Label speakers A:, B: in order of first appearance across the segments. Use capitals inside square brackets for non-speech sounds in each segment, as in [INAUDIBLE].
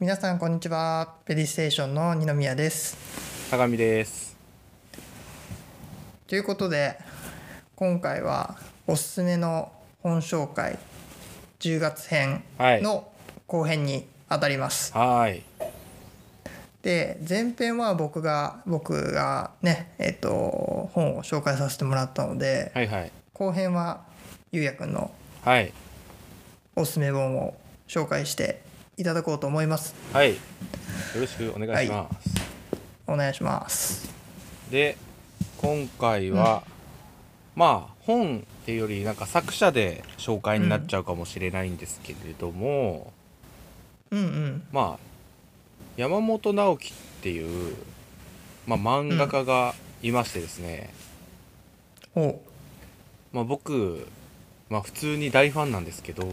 A: 皆さんこんにちはベリーステーションの二宮です
B: 高見です
A: ということで今回はおすすめの本紹介10月編
B: はい
A: の後編に当たります、
B: はーい
A: で前編は僕が僕がねえっと本を紹介させてもらったので、
B: はいはい
A: 後編はゆうやくんの
B: はい
A: おすすめ本を紹介していただこうと思います
B: はいよろしくお願いします、
A: お願いします
B: で今回は、まあ本っていうよりなんか作者で紹介になっちゃうかもしれないんですけれども、
A: うんうん
B: まあ山本直樹っていう、まあ、漫画家がいましてですね、
A: おう
B: まあ、僕、まあ、普通に大ファンなんですけ
A: [LAUGHS]
B: ど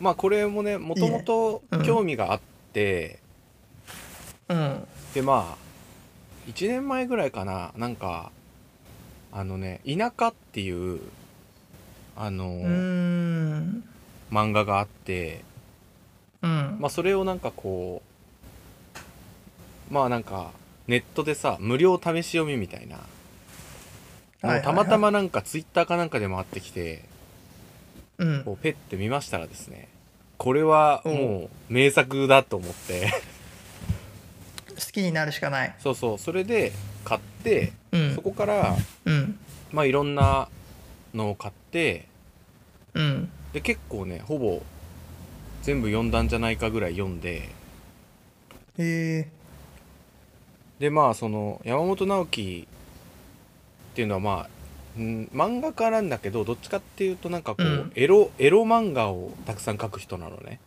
B: まあこれもねもともと
A: うん
B: 興味があって、
A: うん
B: でまあ1年前ぐらいかななんかあのね「田舎」っていうあの、
A: うーん
B: 漫画があって、
A: うん
B: まあ、それをなんかこうまあなんかネットでさ無料試し読みみたいな
A: は
B: も
A: いうはいはい
B: たまたまなんかツイッターかなんかで回ってきて
A: うん
B: こうペッて見ましたらですねこれはもう名作だと思って [LAUGHS]
A: 好きになるしかない
B: そうそうそれで買って
A: うん
B: そこから
A: うん
B: まあいろんなのを買って
A: うん
B: で結構ねほぼ全部読んだんじゃないかぐらい読んで
A: へえ
B: でまあその山本直樹っていうのはまあん漫画家なんだけどどっちかっていうとなんかこう、
A: うん
B: エロエロ漫画をたくさん描く人なのね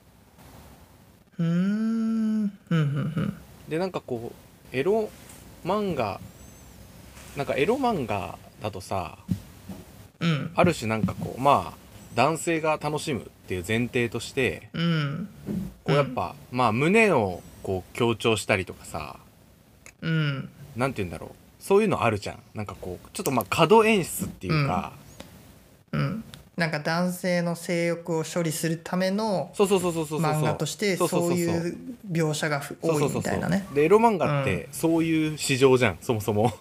A: うーんうんうんうん
B: でなんかこうエロ漫画なんかエロ漫画だとさ
A: うん
B: ある種なんかこうまあ男性が楽しむっていう前提として
A: うん
B: こうやっぱ、まあ胸をこう強調したりとかさ
A: うん
B: なんて言うんだろうそういうのあるじゃんなんかこうちょっとまあ角演出っていうか、
A: うんなんか男性の性欲を処理するための
B: そうそうそうそうそうそう
A: 漫画として
B: そうそう
A: そ
B: そうう
A: い
B: そう
A: 描写がふ多いみたいなね
B: でエロ漫画っ
A: う
B: てそういう市場じゃん、そもそも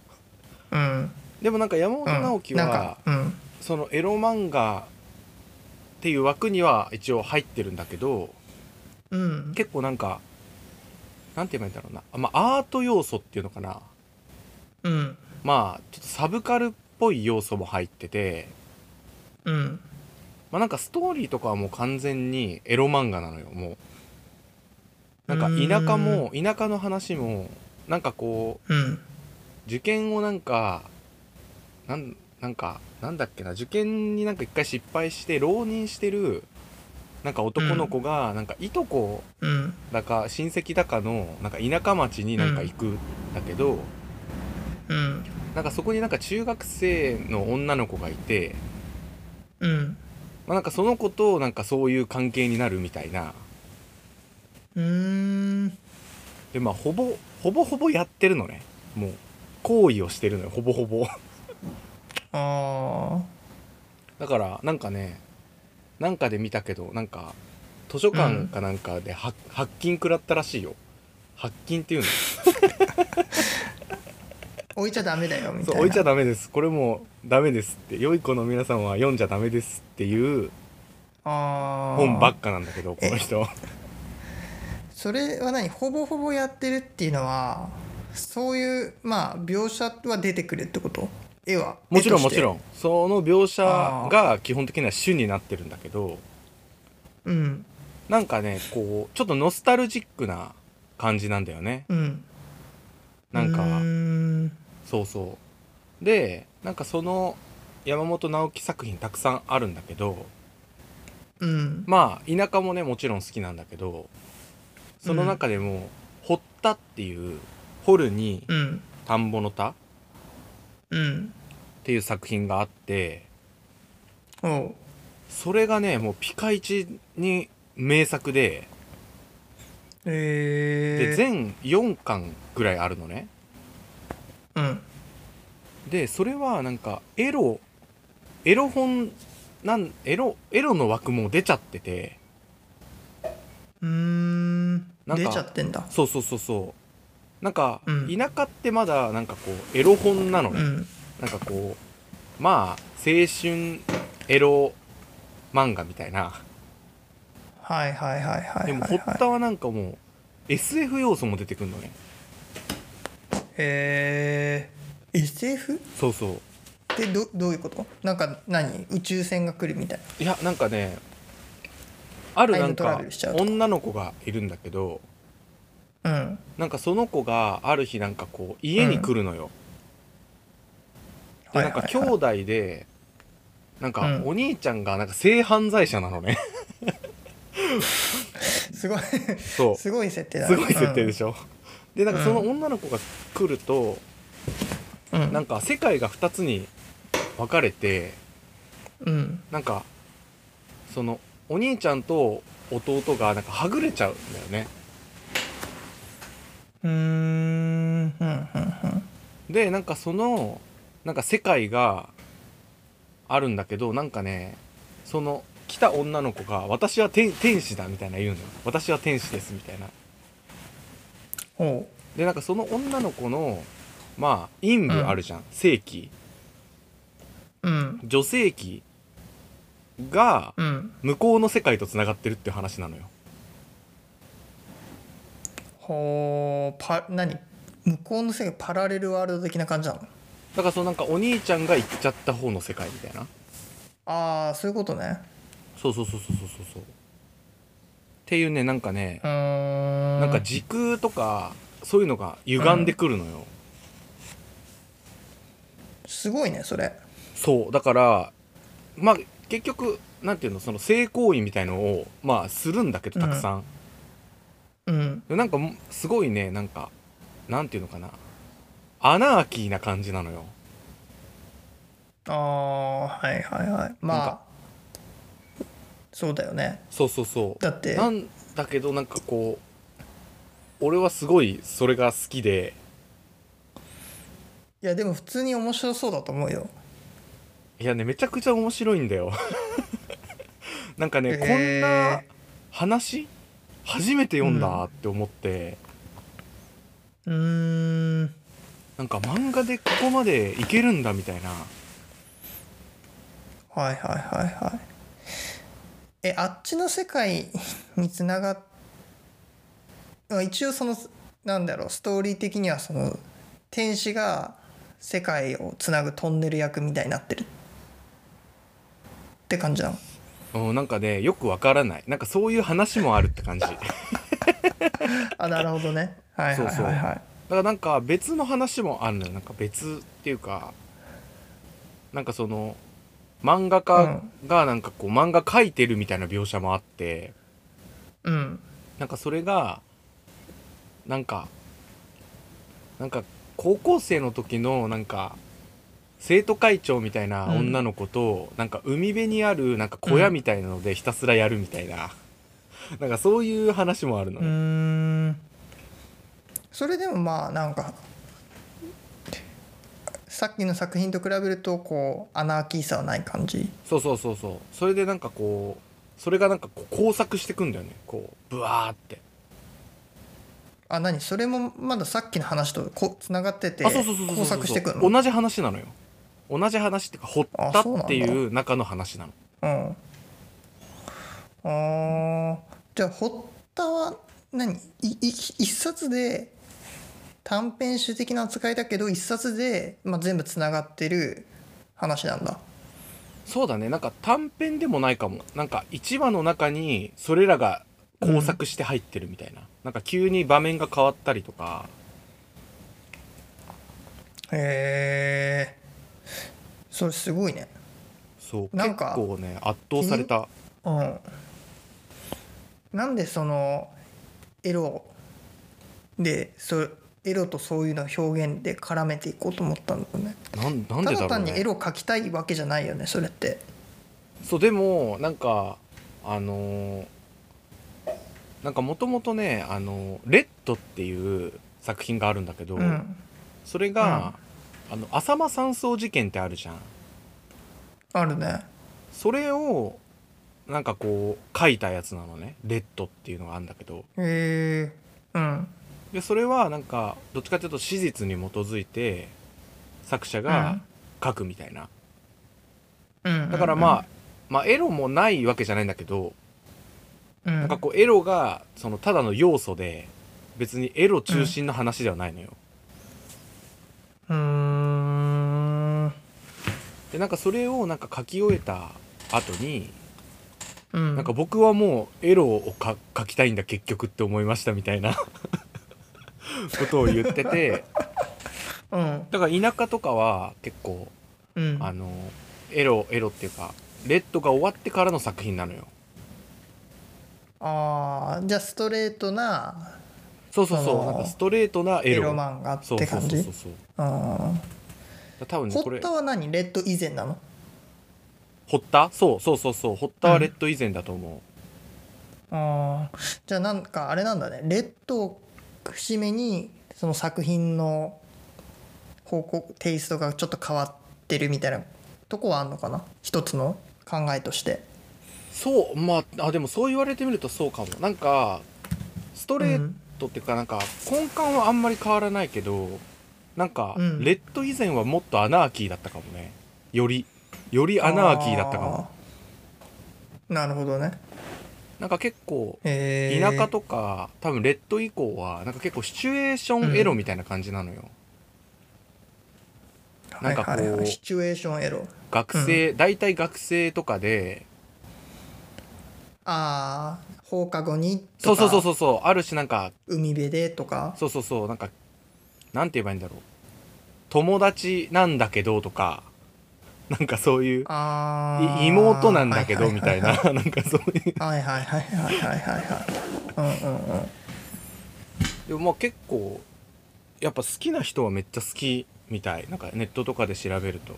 A: うん
B: でもなんか山本
A: うん
B: 直樹
A: なん
B: は
A: か、うん
B: そのエロ漫画っていう枠には一応入ってるんだけど
A: うん
B: 結構なんかなんて言えばいいんだろうな、まあ、アート要素っていうのかな
A: うん
B: まあちょっとサブカルっぽい要素も入ってて、
A: うん
B: まあ、なんかストーリーとかはもう完全にエロ漫画なのよもうな
A: うんー
B: か
A: ん
B: 田舎も田舎の話もなんかこう
A: うん
B: 受験をなんかなんなんかなんだっけな受験になんか一回失敗して浪人してるなんか男の子がなんかいとこ
A: うん
B: だか親戚だかのなんか田舎町になんか行くんだけど、
A: うん
B: なんかそこになんか中学生の女の子がいて、
A: うん
B: まあ、なんかその子となんかそういう関係になるみたいな
A: うーん
B: でまあほぼほぼほぼやってるのねもう行為をしてるのよほぼほぼ
A: あ
B: だからなんかねなんかで見たけどなんか図書館かなんかでは発禁食らったらしいよ発禁っていうの
A: ー置いちゃダメだよみた
B: そ
A: いうな
B: 置いちゃダメですこれもうダメですって良い子の皆さんは読んじゃダメですっていう
A: あー
B: 本ばっかなんだけどこの人
A: それは何ほぼほぼやってるっていうのはそういうまあ描写は出てくるってこと絵は
B: [LAUGHS] もちろん
A: 絵と
B: も
A: して
B: ちろんその描写が基本的には主になってるんだけど
A: うん
B: なんかねこうちょっとノスタルジックな感じなんだよね
A: うん
B: なんか
A: うーん
B: そうそうでなんかその山本直樹作品たくさんあるんだけど
A: うん
B: まあ田舎もねもちろん好きなんだけどその中でも「掘った」っていう「掘る」に
A: うん
B: 「田んぼの田」っ
A: うん
B: ていう作品があって
A: おう
B: それがねもうピカイチに名作で
A: え
B: で
A: ー、
B: 全4巻ぐらいあるのね
A: うん
B: でそれはなんかエロエロ本なんエロエロの枠も出ちゃってて
A: うーん
B: なんか
A: 出ちゃってんだ
B: そうそうそうそうなんか、
A: うん
B: 田舎ってまだなんかこうエロ本なの
A: う
B: ね、
A: ん
B: なんかこうまあ青春エロ漫画みたいな
A: はいはいはいはいはい
B: でも
A: はい
B: 堀田はなんかもう SF 要素も出てくるのね
A: へえ SF っ
B: そうそう
A: てどどういうことなんか何宇宙船が来るみたい
B: いやなんかねあるなん
A: タイムトラ
B: か
A: ベルしちゃうとか
B: 女の子がいるんだけど
A: なうん
B: なんかその子がある日なんかこう家に来るのよ、で
A: はい
B: な
A: は
B: ん
A: い
B: か
A: はい
B: 兄弟でなん
A: う
B: か
A: ん
B: お兄ちゃんがなんか性犯罪者なのね
A: すごい
B: そう
A: すごい設定だ
B: すごい設定で
A: し
B: しょ、でなんかその
A: うん
B: 女の子が来ると、
A: ょうん
B: なんか世界が2つに分かれて
A: うん
B: なんかそのお兄ちゃんと弟がなんかはぐれちゃうんだよね
A: うーんうんうん
B: でなんかそのなんか世界があるんだけどなんかねその来た女の子が「私は天天使だ」みたいな言うのよ「私は天使です」みたいな
A: うんおう
B: でなんかその女の子のまあ陰部あるじゃん、性器
A: うん
B: 女性器が
A: うん
B: 向こうの世界とつながってるっていう話なのよ
A: ほうパ何向こうの世界パラレルワールド的な感じなの
B: だからそのなんかお兄ちゃんが行っちゃった方の世界みたいな
A: ああそういうことね
B: そうそうそうそうそうそうそうっていうねなんかね
A: う、ーん
B: なんか時空とかそういうのが歪んでくるのよ、
A: すごいねそれ
B: そうだからまあ結局なんていうのその性行為みたいのをまあするんだけどたくさん、
A: うん
B: でなんかもすごいねなんかなんていうのかなアナーキーな感じなのよ
A: ああはいはいはい
B: なん
A: まあ
B: か
A: そうだよね
B: そうそうそ
A: だって
B: うなんだけどなんかこう俺はすごいそれが好きで
A: いやでも普通に面白そうだと思うよ
B: いやねめちゃくちゃ面白いんだよ [LAUGHS] なんかね、
A: へー
B: こんな話初めて読んだって思って、
A: うーん
B: なんか漫画でここまでいけるんだみたいな
A: はいはいはいはいえあっちの世界につながっまあ一応そのなんだろうストーリー的にはその天使が世界をつなぐトンネル役みたいになってるって感じなの
B: うん、なんかねよくわからないなんかそういう話もあるって感じ [LAUGHS] だか
A: あなるほどねはいはいはい
B: そう
A: はい
B: らなんか別の話もあるのよなんか別っていうかなんかその漫画家がなんかこう漫画描いてるみたいな描写もあって
A: うん
B: なんかそれがなんかなんか高校生の時のなんか生徒会長みたいな女の子と、なんか海辺にあるなんか小屋みたいなのでひたすらやるみたいな、 [LAUGHS] なんかそういう話もあるの
A: う
B: よ、
A: ーんそれでもまあなんかさっきの作品と比べるとこうアナーキーさはない感じ
B: そうそうそうそうそれでなんかこうそれがなんかこう工作してくんだよねこうブワーって
A: あ何それもまださっきの話とこつながってて
B: あそうそうそうそうそ
A: 工
B: う
A: 作してくるの
B: 同じ話なのよ同じ話っていうか掘っ
A: あそ
B: た
A: うなんだ
B: っていう中の話なの
A: うんあーじゃあ堀田は何いい一冊で短編集的な扱いだけど一冊で、まあ、全部つながってる話なんだ
B: そうだねなんか短編でもないかもなんか1話の中にそれらが工作して入ってるみたいな、なんか急に場面が変わったりとか
A: へえそれすごいね
B: そう
A: な
B: 結
A: んか
B: 構ね圧倒された
A: うんなんでそのエロでそエロとそういうのを表現で絡めていこうと思ったんだろうね
B: なんなん
A: た
B: でだ
A: だ
B: ろう
A: 単にエ
B: ね
A: ロ描きたいわけじゃないよねそれって
B: そうでもなんかあのーなんかもともとね「あのーレッド」っていう作品があるんだけど、
A: うん
B: それが、あの浅間山荘事件ってあるじゃん
A: あるね
B: それをなんかこう書いたやつなのね「レッド」っていうのがあるんだけど
A: えー、うん
B: でそれはなんかどっちかっていうと史実に基づいて作者が書くみたいな、
A: うん
B: だからまあ、まあエロもないわけじゃないんだけど、
A: うん
B: なんかこうエロがそのただの要素で別にエロ中心の話ではないのよ、
A: うーん
B: でなんかそれをなんか書き終えた後に、
A: うん
B: なんか僕はもうエロをか書きたいんだ結局って思いましたみたいな [LAUGHS] ことを言ってて
A: うん
B: だから田舎とかは結構
A: うん
B: あのエロエロっていうかレッドが終わってからの作品なのよ
A: あーじゃあストレートな
B: そうそう
A: そ
B: そう
A: の
B: なんかストレートなエ
A: エ
B: ロ
A: ロ漫画っ
B: そう
A: て
B: そう
A: 感
B: そう
A: じ
B: そうそう
A: あ
B: だから多分
A: ー
B: ねこれ
A: 堀田は何レッド以前なの
B: ホッタそうそうそうそうホッタはレッド以前だと思う、
A: あーじゃあなんかあれなんだねレッドを節目にその作品の方向テイストがちょっと変わってるみたいなとこはあんのかな一つの考えとして
B: そうまああでもそう言われてみるとそうかもなんかスト
A: こ
B: レートっていうかなんか根幹はあんまり変わらないけどなんか
A: うん
B: レッド以前はもっとアナーキーだったかもねよりよりアナーキーだったかも
A: なるほどね
B: なんか結構
A: え
B: 田
A: ー、
B: 舎とか多分レッド以降はなんか結構シチュエーションエロみたいな感じなのよ、なんかこう
A: はいはいはいシチュエーションエロ
B: 学生、大体学生とかで
A: ああ放課後に
B: そ
A: と
B: う
A: か
B: そうそうそうそうあるしなんか
A: 海辺でとか
B: そうそうそうなんかなんて言えばいいんだろう友達なんだけどとかなんかそういう
A: ああ
B: い妹なんだけどみたい
A: は
B: な [LAUGHS] なんかそういう
A: はいはいはいはいはいはいはいはいうんうんうん
B: でもまあ結構やっぱ好きな人はめっちゃ好きみたいなんかネットとかで調べると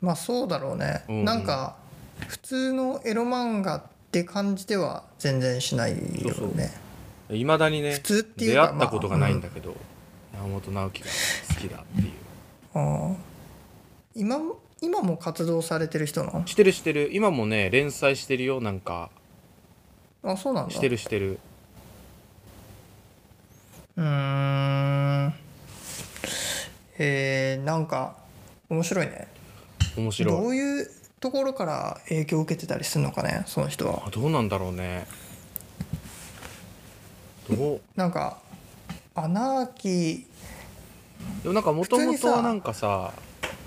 A: まあそうだろうね、
B: うん
A: なんか普通のエロ漫画って感じでは全然しないよね
B: そうそういまだにね
A: 普通っていう
B: 出
A: か
B: 会ったことがないん
A: ま
B: だけど、山本直樹が好きだっていう
A: あうん今も今も活動されてる人なの
B: してるしてる今もね連載してるよなんか
A: あそうなんだ
B: してるしてる
A: うーんえー、なんか面白いね
B: 面白い
A: どういうところから影響を受けてたりするのかねその人は
B: あどうなんだろうねどう
A: なんかアナーキー
B: でもなんかもとも
A: 普通
B: と
A: にさ
B: はなんかさ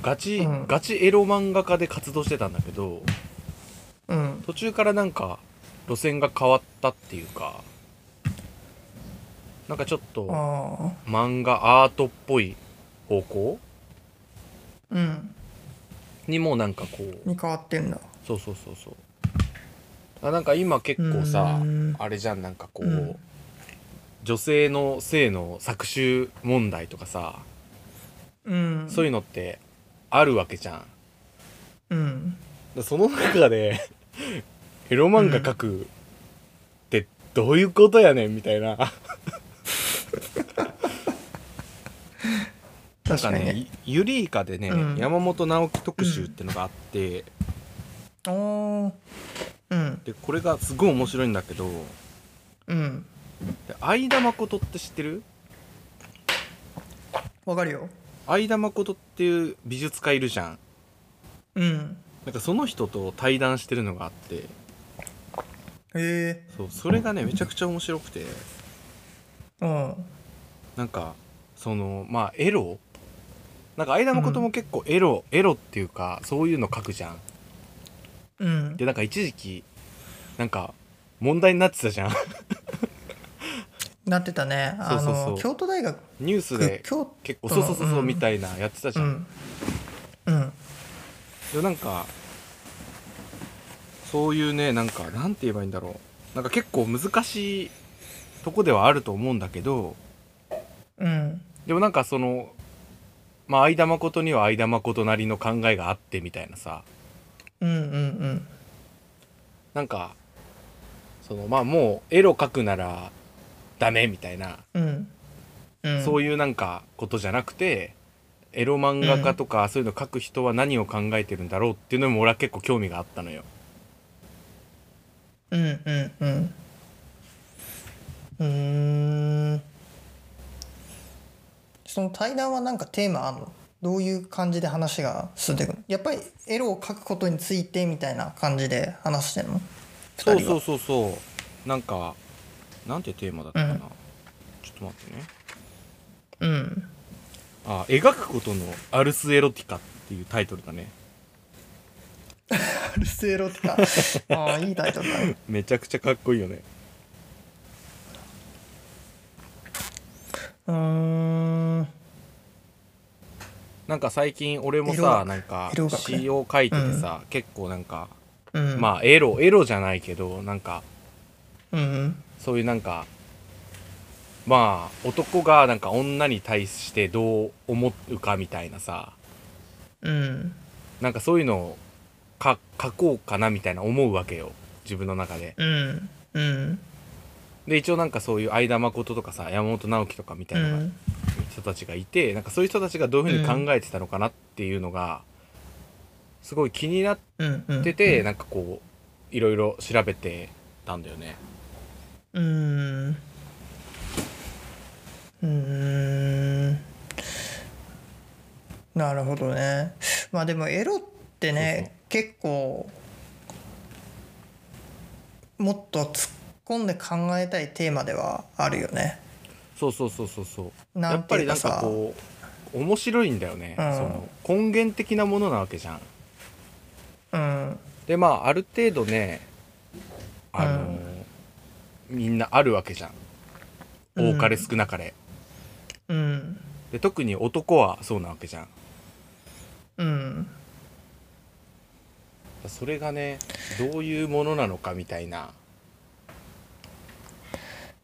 B: ガチ、
A: うん
B: ガチエロ漫画家で活動してたんだけど
A: うん
B: 途中からなんか路線が変わったっていうかなんかちょっと
A: あ
B: 漫画アートっぽい方向
A: あうん
B: にもなんかこう
A: に変わってんだ
B: そうそうそうそうあなんか今結構さ
A: うん
B: あれじゃんなんかこう、
A: うん
B: 女性の性の搾取問題とかさ
A: うん
B: そういうのってあるわけじゃん
A: うん
B: だその中で [LAUGHS] エロ漫画描くってどういうことやねんみたいななん
A: 確
B: か
A: かにね
B: ねゆゆりいかでね、
A: うん
B: 山本直樹特集ってのがあって、
A: あーうん
B: でこれがすごい面白いんだけど
A: うん
B: で相田誠って知ってる
A: わかるよ
B: 相田誠っていう美術家いるじゃん
A: うん
B: なんかその人と対談してるのがあって
A: へ
B: そうそれがねめちゃくちゃ面白くて
A: えうん
B: なんかそのまあエロなんか相田誠も結構エロ、エロっていうかそういうの書くじゃん
A: うん
B: でなんか一時期なんか問題になってたじゃん [LAUGHS]
A: なってたねあの
B: そうそうそう
A: 京都大学
B: ニュースで
A: 京
B: 結構そうそうそうそう
A: うん
B: みたいなやってたじ
A: う
B: ゃん、
A: んうん
B: でなんかそういうねなんかなんて言えばいいんだろうなんか結構難しいとこではあると思うんだけど
A: うん
B: でもなんかそのまあ相田誠には相田誠なりの考えがあってみたいなさ
A: うんうん
B: なんかそのまあもうエロ描くならダメみたいな
A: うんうんうん
B: そう
A: いう
B: いうなんかことじゃなくてエロ漫画家とかそういうの書く人は何を考えてるんだろうっていうのも俺は結構興味があったのよ。
A: うんうんうんうーんその対談はなんかテーマあんのどういう感じで話が進んでいくのやっぱりエロを書くことについてみたいな感じで話してんの
B: そ
A: 二
B: う
A: 人
B: そ
A: は
B: うそうそうなんかなんてテーマだったかな、
A: うん
B: ちょっと待ってね
A: うん
B: あ描くことのアルスエロティカっていうタイトルだね
A: 「ルスエロ」ってかああいいタイトルだね
B: めちゃくちゃかっこいいよね
A: うーん
B: なんか最近俺も
A: 色
B: さ
A: が
B: なんか
A: 色がね
B: 詩を書いててさ、結構なんか、
A: うん
B: まあエロエロじゃないけどなんか
A: うん
B: そういうなんかまあ男がなんか女に対してどう思うかみたいなさ
A: うん
B: なんかそういうのをか書こうかなみたいな思うわけよ自分の中で
A: うんうん
B: で一応なんかそういう相田誠とかさ山本直樹とかみた
A: う
B: いなのが
A: ん
B: 人たちがいてなんかそういう人たちがどういうふうに考えてたのかなっていうのが、すごい気になっ
A: うんうん
B: てて、なんかこういろいろ調べてたんだよね
A: うーんうーんなるほどねまあでもエロってね結構もっと突っ込んで考えたいテーマではあるよね
B: そうそうそうそうそう
A: な
B: や
A: ん
B: ってぱ
A: い
B: り
A: う
B: な
A: か
B: ん
A: さ
B: かこう面白いんだよね、
A: うん
B: その根源的なものなわけじゃん
A: うん
B: でまあある程度ねあのーみんなあるわけじゃん多かれ少なかれ、
A: うん
B: で特に男はそうなわけじゃん
A: うん
B: それがねどういうものなのかみたい
A: [LAUGHS]
B: な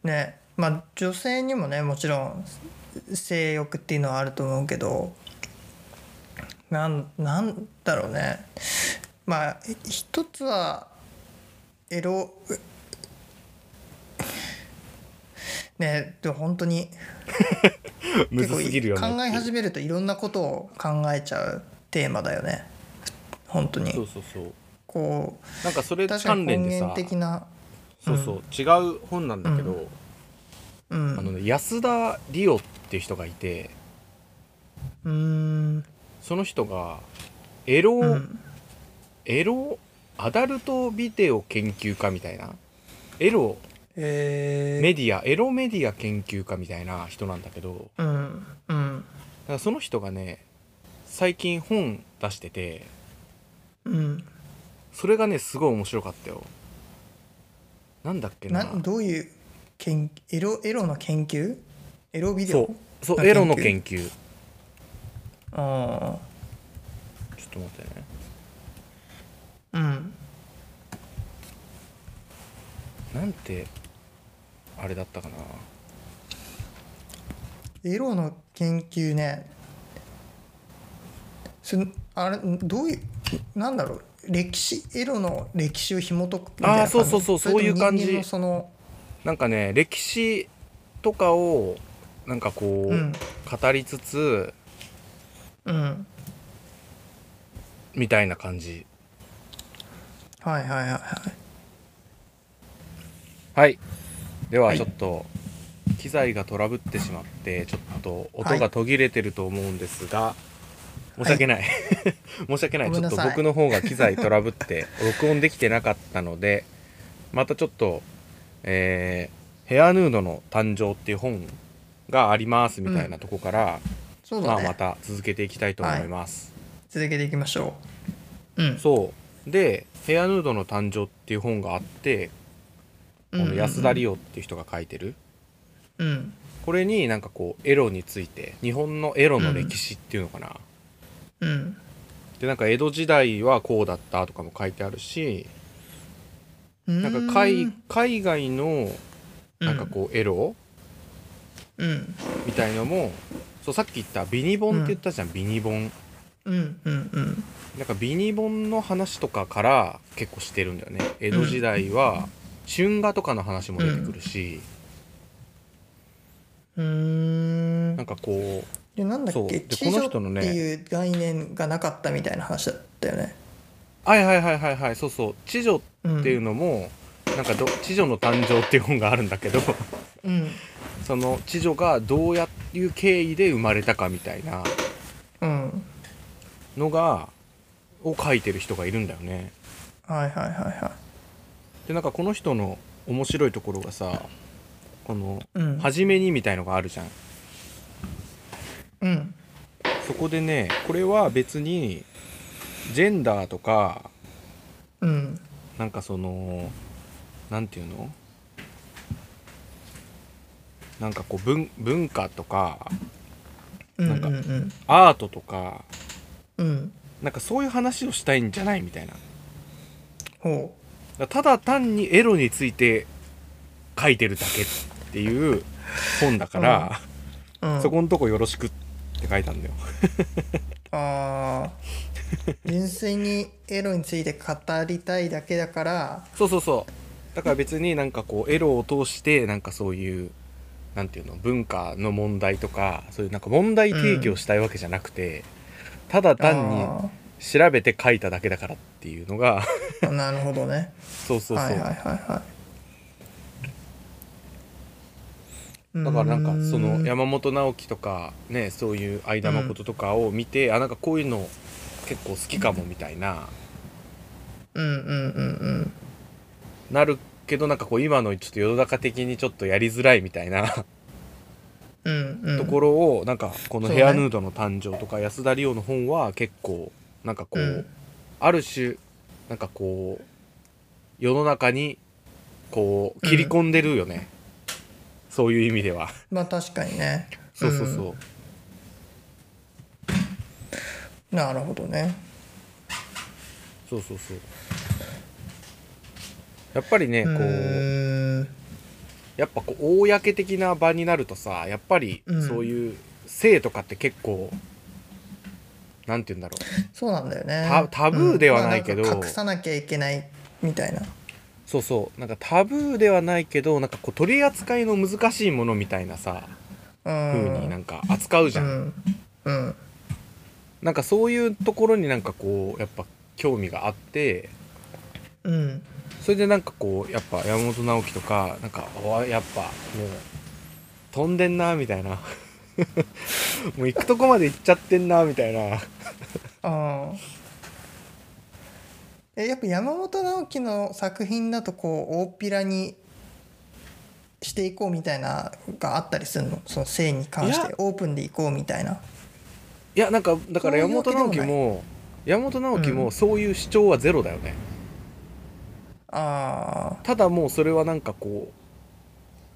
A: ねまあ女性にもねもちろん性欲っていうのはあると思うけどなんなんだろうねまあひ一つはエロねでも本当に
B: むずすぎるよね
A: 結構考え始めるといろんなことを考えちゃうテーマだよね本当
B: そう
A: に
B: そうそう
A: こ
B: なんかそうれ
A: 確か
B: 関
A: に
B: 連
A: 根
B: でさ
A: 源的な
B: そうそう違う本なんだけど、
A: う
B: あの
A: ん
B: ね安田理央っていう人がいて
A: うーん
B: その人がエロ、
A: うん
B: エロアダルトビデオ研究家みたいなエロ
A: え
B: メ
A: ー
B: ディアエロメディア研究家みたいな人なんだけど
A: うんうん
B: だからその人がね最近本出してて
A: うん、
B: それがねすごい面白かったよなんだっけな
A: などういう研エロエロの研究エロビデ
B: そ
A: オ
B: うそう
A: の
B: エロの研究
A: あ
B: ちょっと待ってね
A: あうん
B: なんてあれだったかな
A: エロの研究ねそれあれどういうなんだろう歴史エロの歴史を紐解くみたいな
B: あーそうそうそうそ
A: れとも
B: ういう感じ
A: 人間のその
B: なんかね歴史とかをなんかこう、
A: うん
B: 語りつつ
A: うん
B: みたいな感じ
A: はいはいはいはい
B: はいでは
A: はい
B: ちょっと、機材がトラブってしまってちょっと
A: は
B: 音
A: い
B: が途切れてると思うんですが、申し訳ない、 [LAUGHS] 申し訳ない
A: ご
B: ち
A: めん
B: ょっ
A: なさ
B: と
A: い
B: 僕の方が機材トラブって
A: [LAUGHS]
B: 録音できてなかったのでまたちょっとえーヘアヌードの誕生」っていう本がありますみたいなとこから、
A: そう
B: ま
A: だ
B: あ
A: ね、
B: また続けていきたいと思います、
A: 続けていきましょううん
B: そうで「ヘアヌードの誕生」っていう本があってこ
A: うんうん
B: の
A: うん
B: 安田理央っていう人が書いてる
A: うん
B: これになんかこうエロについて日本のエロの歴史っていうのかな、
A: うん
B: でなんか江戸時代はこうだったとかも書いてあるし
A: な
B: なんか海海外のなんかこうエロ
A: うん
B: みたいのもそうさっき言ったビニボンって言ったじゃん、ビニボン
A: うんうんうん
B: なんかビニボンの話とかから結構してるんだよね江戸時代は春画とかの話も出てくるし、
A: うーん
B: なんかこう
A: でなんだ
B: そう
A: っ
B: で
A: け
B: この
A: 地上っ
B: 人
A: て
B: のね
A: いう概念がなかったみたいな話だったよね。
B: はいはいはいはいはいそうそう「知女」
A: うん
B: っていうのも、なんなんかど「知女の誕生」っていう本があるんだけど [LAUGHS]
A: うん
B: その知女がどうやいう経緯で生まれたかみたいな
A: うん
B: のがを書いてる人がいるんだよね。
A: はいはいはいは
B: でなんかこの人の面白いところがさこの
A: いうん
B: 「初めに」みたいのがあるじゃん。
A: うん
B: そこでねこれは別にジェンダーとか
A: うん
B: なんかそのなんていうのなんかこう文文化とか
A: うん
B: なんか
A: うん
B: アートとか
A: うんうん
B: なんかそういう話をしたいんじゃないみたいなだか
A: ほ
B: らただ単にエロについて書いてるだけっていう本だから、
A: う、うん、
B: そこのとこよろしくって書いたんだよ [LAUGHS]
A: あー純粋にエロについて語りたいだけだから
B: そうそうそうだから別になんかこうエロを通してなんかそういうなんていうの文化の問題とかそういうなんか問題提起をしたいわけじゃなくて、ただ単に
A: あ
B: 調べて書いただけだからっていうのが
A: ーなるほどね
B: そう [LAUGHS] そうそう、
A: はいはいはいは
B: だ
A: い
B: からなんかそうの
A: ーん
B: 山本直樹とかねそういう相田誠とかを見て、あなんかこういうの結構好きかもみたいな、
A: うんうんうん
B: なるけどなんかこう今のちょっと世の中的にちょっとやりづらいみたいな
A: うんうんう
B: と
A: ん
B: ころを、なんかこの「
A: そう
B: ヘ
A: ね
B: アヌードの誕生」とか安田理央の本は結構なんかこう、
A: うん
B: ある種なんかこう世の中にこう切り込んでるよね、そういう意味では。
A: まあ確かにね
B: そうそうそう、
A: うんなるほどね
B: そうそうそうやっぱりね
A: う
B: こう
A: ーん
B: やっぱこう公的な場になるとさやっぱり
A: うん
B: そういう性とかって結構、なんて言うんだろう
A: そうなんだよね
B: タタブーではないけど
A: うんまあんか隠さなきゃいけないみたいな
B: そうそうなんかタブーではないけどなんかこう取り扱いの難しいものみたいなさ
A: うん
B: 風になんか扱うじゃん、
A: うんうん
B: なんかそういうところになんかこうやっぱ興味があって
A: うん
B: それでなんかこうやっぱ山本直樹とかなんかおいやっぱもう飛んでんなみたいな [LAUGHS] もう行くとこまで行っちゃってんなみたいな
A: ああえやっぱ山本直樹の作品だとこう大っぴらにしていこうみたいなのがあったりするのその性に関し
B: い
A: て
B: や
A: オープンでいこうみたいない
B: やなんかだから
A: そう
B: 山
A: いうわけ
B: 本
A: で
B: 直
A: もな
B: 樹
A: い
B: も山本直樹
A: う
B: も
A: ん
B: そういう主張はゼロだよね、
A: あ
B: ただもうそれはなんかこう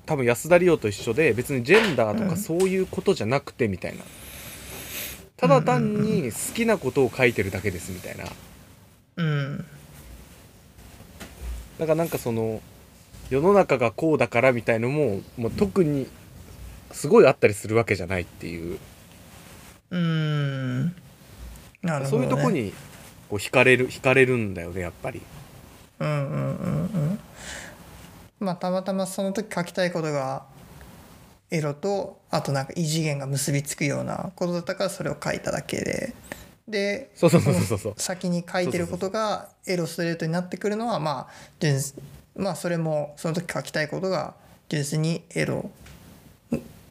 B: 多分安田理央と一緒で別にジェンダーと
A: う
B: か
A: ん
B: そういうことじゃなくてみたいなただ単に好きなことを書いてるだけですみたいな
A: あうん
B: だからなんかその世の中がこうだからみたいのももう特にすごいあったりするわけじゃないっていう、
A: うーんなるほど、ね、
B: そういうとこにこう惹かれる惹かれるんだよねやっぱり
A: うんうんうんうんまあたまたまその時書きたいことがエロとあとなんか異次元が結びつくようなことだったからそれを書いただけでで
B: そうそうそうそうそう
A: 先に書いてることがエロストレートになってくるのはまあ純粋まあそれもその時書きたいことが純粋にエロ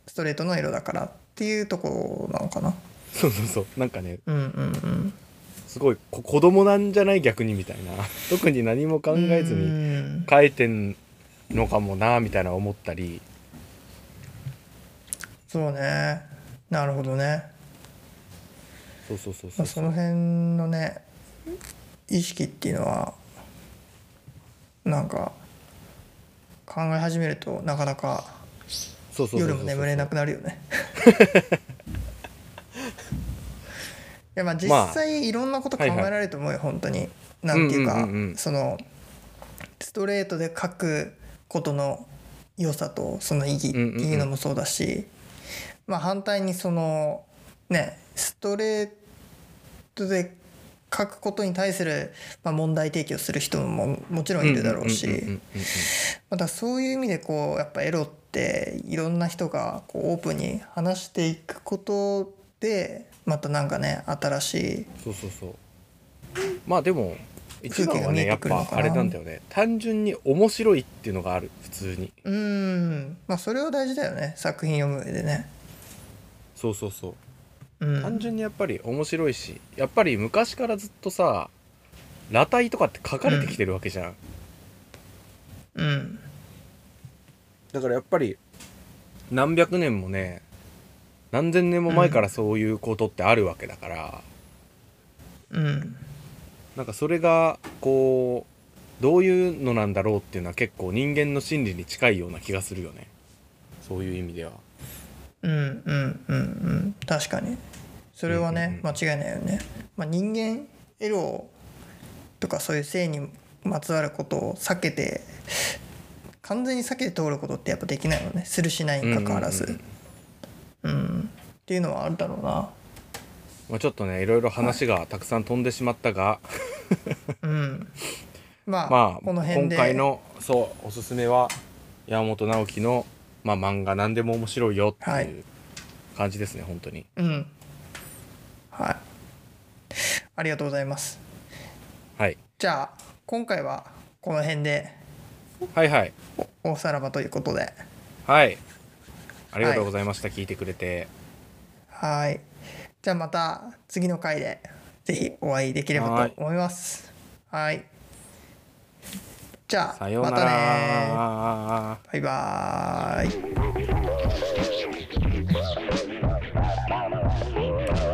A: ストレートのエロだからっていうところなのかな
B: そうそうそうなんかね
A: うんうん
B: すごいこ子供なんじゃない逆にみたいな特に何も考
A: うん
B: えずに
A: に
B: 書いてんのかもなみたいな思ったり
A: そうねなるほどね、
B: そうそうそうそう
A: まあ、その辺のね意識っていうのはなんか考え始めるとなかなか
B: そうそうそうそう
A: 夜も眠れなくなるよ
B: [LAUGHS]
A: ね。いやまあ実際いろんなこと考えられると思うよ、本当に。なんていうか、
B: うんうんうん
A: そのストレートで書くことの良さとその意義っていうのもそうだし、まあ反対にそのねストレートで書くことに対する、まあ、問題提起をする人ももちろんいるだろうし。
B: んんんうんうん
A: またそういう意味でこうやっぱエロっていろんな人がこうオープンに話していくことでまたなんかね新しい
B: そうそうそうまあでも一番はねや
A: 風景が見
B: っ
A: え
B: て
A: くるの
B: ぱ
A: かな
B: あれなんだよね単純に面白いっていうのがある普通に
A: うんまあそれは大事だよね作品読む上でね、
B: そうそうそう
A: うん、
B: 単純にやっぱり面白いしやっぱり昔からずっとさ裸体とかって書かれてきてるわけじゃん、
A: うん
B: だからやっぱり何百年もね何千年も前からそういうことってあるわけだから、
A: うん
B: なんかそれがこうどういうのなんだろうっていうのは結構人間の心理に近いような気がするよねそういう意味では
A: うんうんうんうん確かにそれはね、
B: うん
A: 間違いないよね、まあ、人間エロとかそういう性にまつわることを避けて完全に避けて通ることってやっぱできないよねするしないにかかわらず、
B: うんうんうん
A: うんっていうのはあるだろうな
B: まあ、ちょっとねいろいろ話がたくさん飛んでしまったが、
A: うんまあ、
B: まあ
A: この辺で
B: 今回のそうおすすめは山本直樹の、まあ、漫画何でも面白いよって
A: はい
B: いう感じですね、本当に
A: うんはいありがとうございます
B: はい
A: じゃあ今回はこの辺で
B: はいはい
A: おおさらばということで
B: はいありがとうございました、聞いてくれて
A: はいじゃあまた次の回でぜひお会いできればと思いますはいじゃあ
B: さような
A: ま
B: ら、
A: たねバイバーイ